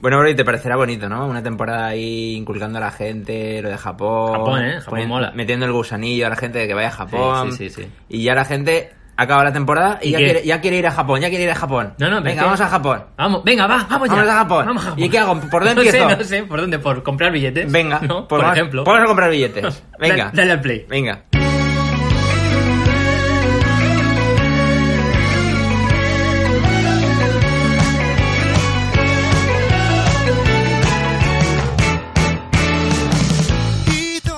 Bueno, bro, y te parecerá bonito, ¿no? Una temporada ahí inculcando a la gente lo de Japón. Japón, ¿eh? Japón mola. Metiendo el gusanillo a la gente de que vaya a Japón. Sí, sí, sí, sí. Y ya la gente acaba la temporada y, ¿Y ya, qué? quiere, ya quiere ir a Japón, ya quiere ir a Japón. No, no, pero es Venga, que- vamos a Japón. Vamos, venga, va, vamos ya. Vamos a Japón. Vamos a Japón. ¿Y qué hago? ¿Por dónde no sé, empiezo? no sé, ¿por dónde? ¿Por comprar billetes? Venga, ¿No? pues Por vamos- ejemplo. Vamos a comprar billetes. Venga. Dale, dale al play. Venga.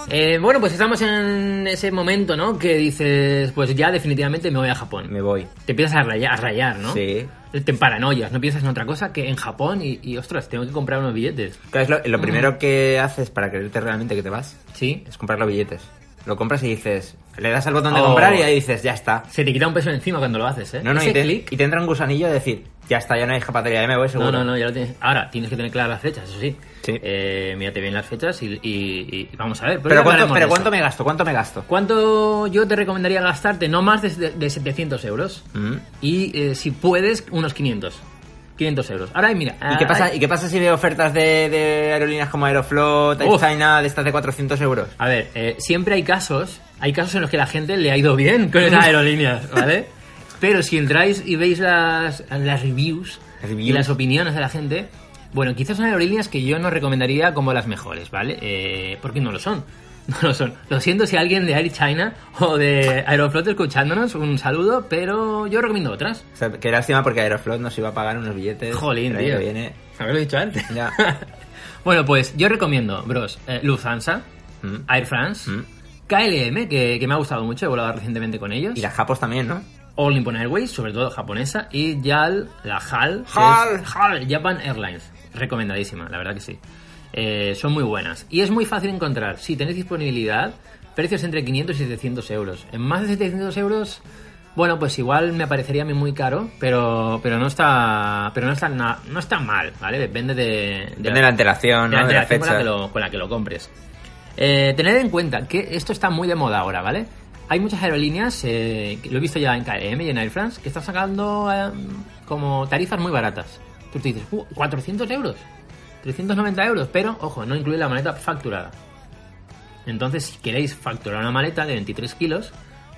Eh, bueno, pues estamos en ese momento, ¿no? Que dices, pues ya definitivamente me voy a Japón. Me voy. Te empiezas a rayar, a rayar ¿no? Sí. Te paranoias, no piensas en otra cosa que en Japón y, y, ostras, tengo que comprar unos billetes. Claro, es lo, lo primero que haces para creerte realmente que te vas ¿Sí? es comprar los billetes. Lo compras y dices, le das al botón de Oh. comprar y ahí dices, ya está. Se te quita un peso encima cuando lo haces, ¿eh? No, no, Ese y te, clic- y te entra un gusanillo de decir, ya está, ya no hay escapatoria, ya me voy seguro. No, no, no, ya lo tienes. Ahora, tienes que tener claras las fechas, eso sí. Sí. Eh, mírate bien las fechas y, y- y vamos a ver. Pero, Pues ya ¿cuánto, hablaremos pero de ¿cuánto eso. me gasto? ¿Cuánto me gasto? ¿Cuánto yo te recomendaría gastarte? No más de, de 700 euros. Mm. Y eh, si puedes, unos 500. 500 euros. Ahora, mira. ¿Y qué, pasa, ¿Y qué pasa si veo ofertas de, de aerolíneas como Aeroflot, Uf. China, de estas de 400 euros? A ver, eh, siempre hay casos, hay casos en los que la gente le ha ido bien con esas aerolíneas, ¿vale? Pero si entráis y veis las, las reviews, Reviews. y las opiniones de la gente, bueno, quizás son aerolíneas que yo no recomendaría como las mejores, ¿vale? Eh, porque no lo son. No lo son. Lo siento si alguien de Air China o de Aeroflot escuchándonos, un saludo, pero yo recomiendo otras. O sea, qué lástima porque Aeroflot nos iba a pagar unos billetes. Jolín, el año tío. que viene. Haberlo dicho antes. Ya. bueno, pues yo recomiendo, bros, eh, Lufthansa, Mm. Air France, Mm. KLM, que, que me ha gustado mucho, he volado recientemente con ellos, Y las japos también, ¿no? All Nippon Airways, sobre todo japonesa, y YAL, la HAL, que HAL. es HAL, Japan Airlines. Recomendadísima, la verdad que sí. Eh, son muy buenas. Y es muy fácil encontrar, si tenéis disponibilidad, precios entre 500 y 700 euros. En más de 700 euros, bueno, pues igual me parecería a mí muy caro, pero, pero no está pero no está, na- no está mal, ¿vale? Depende de... de Depende de la antelación, de ¿no? la De la antelación con la fecha. que lo, con la que lo compres. Eh, tened en cuenta que esto está muy de moda ahora, ¿vale? Hay muchas aerolíneas, eh, que lo he visto ya en KLM y en Air France, que están sacando eh, como tarifas muy baratas. Tú te dices, "Uh, 400 euros, 390 euros, pero ojo, no incluye la maleta facturada. Entonces, si queréis facturar una maleta de 23 kilos,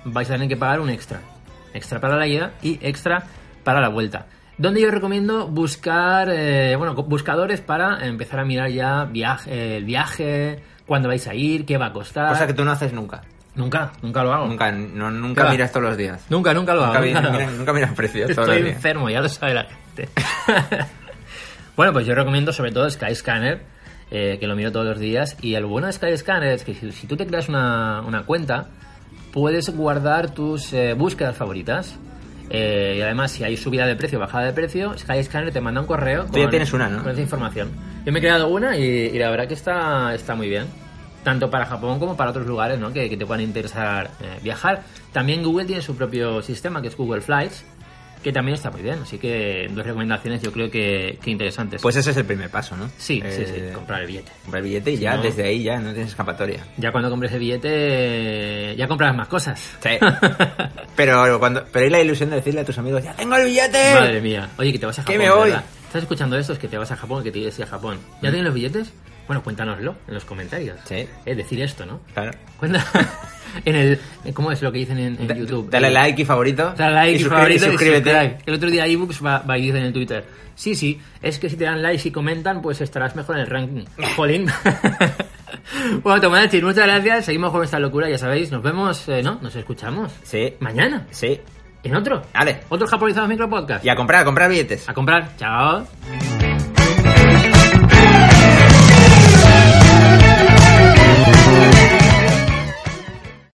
vais a tener que pagar un extra. Extra para la ida y extra para la vuelta. Donde yo recomiendo buscar, eh, bueno, co- buscadores para empezar a mirar ya viaje, el viaje, cuándo vais a ir, qué va a costar. Cosa que tú no haces nunca. Nunca, nunca lo hago. Nunca, no, nunca Oh. Claro. miras todos los días. Nunca, nunca lo Nunca, hago. vi- nunca lo mira- hago. nunca miras precios todos Estoy los días. enfermo, ya lo sabe la gente. bueno, pues yo recomiendo sobre todo Skyscanner, eh, que lo miro todos los días. Y el bueno de Skyscanner es que si, si tú te creas una, una cuenta, puedes guardar tus eh, búsquedas favoritas. Eh, y además, si hay subida de precio o bajada de precio, Skyscanner te manda un correo Tú ya tienes una, ¿no? con esa información. Yo me he creado una y, y la verdad que está, está muy bien. Tanto para Japón como para otros lugares ¿no? que, que te puedan interesar eh, viajar. También Google tiene su propio sistema que es Google Flights, que también está muy bien. Así que dos recomendaciones yo creo que, que interesantes. Pues ese es el primer paso, ¿no? sí, sí, sí, Eh, comprar el billete. Comprar el billete y ya, no- desde ahí ya no tienes escapatoria. Ya cuando compres el billete, eh, ya comprarás más cosas. Sí. pero cuando pero hay la ilusión de decirle a tus amigos, ya tengo el billete. Madre mía. Oye, que te vas a Que Japón. me voy. Mm. ¿verdad? ¿Estás escuchando esto? Es que te vas a Japón, que te ibas a Japón. ¿Ya tienen los billetes? Bueno, cuéntanoslo en los comentarios. Sí. Eh, decir esto, ¿no? Claro. Cuenta. en el. ¿Cómo es lo que dicen en, en Da- YouTube? Dale Eh, like y favorito. Dale like y, suscri- favorito y suscríbete. subscribe. El otro día ebooks va, va y dicen en Twitter. Sí, sí, es que si te dan likes y comentan, pues estarás mejor en el ranking. Jolín. bueno, Tomachi, muchas gracias. Seguimos con esta locura, ya sabéis. Nos vemos, eh, ¿no? Nos escuchamos. Sí. Mañana. Sí. En otro. Dale. Otro Japonizados Micro Podcast. Y a comprar, a comprar billetes. A comprar. Chao.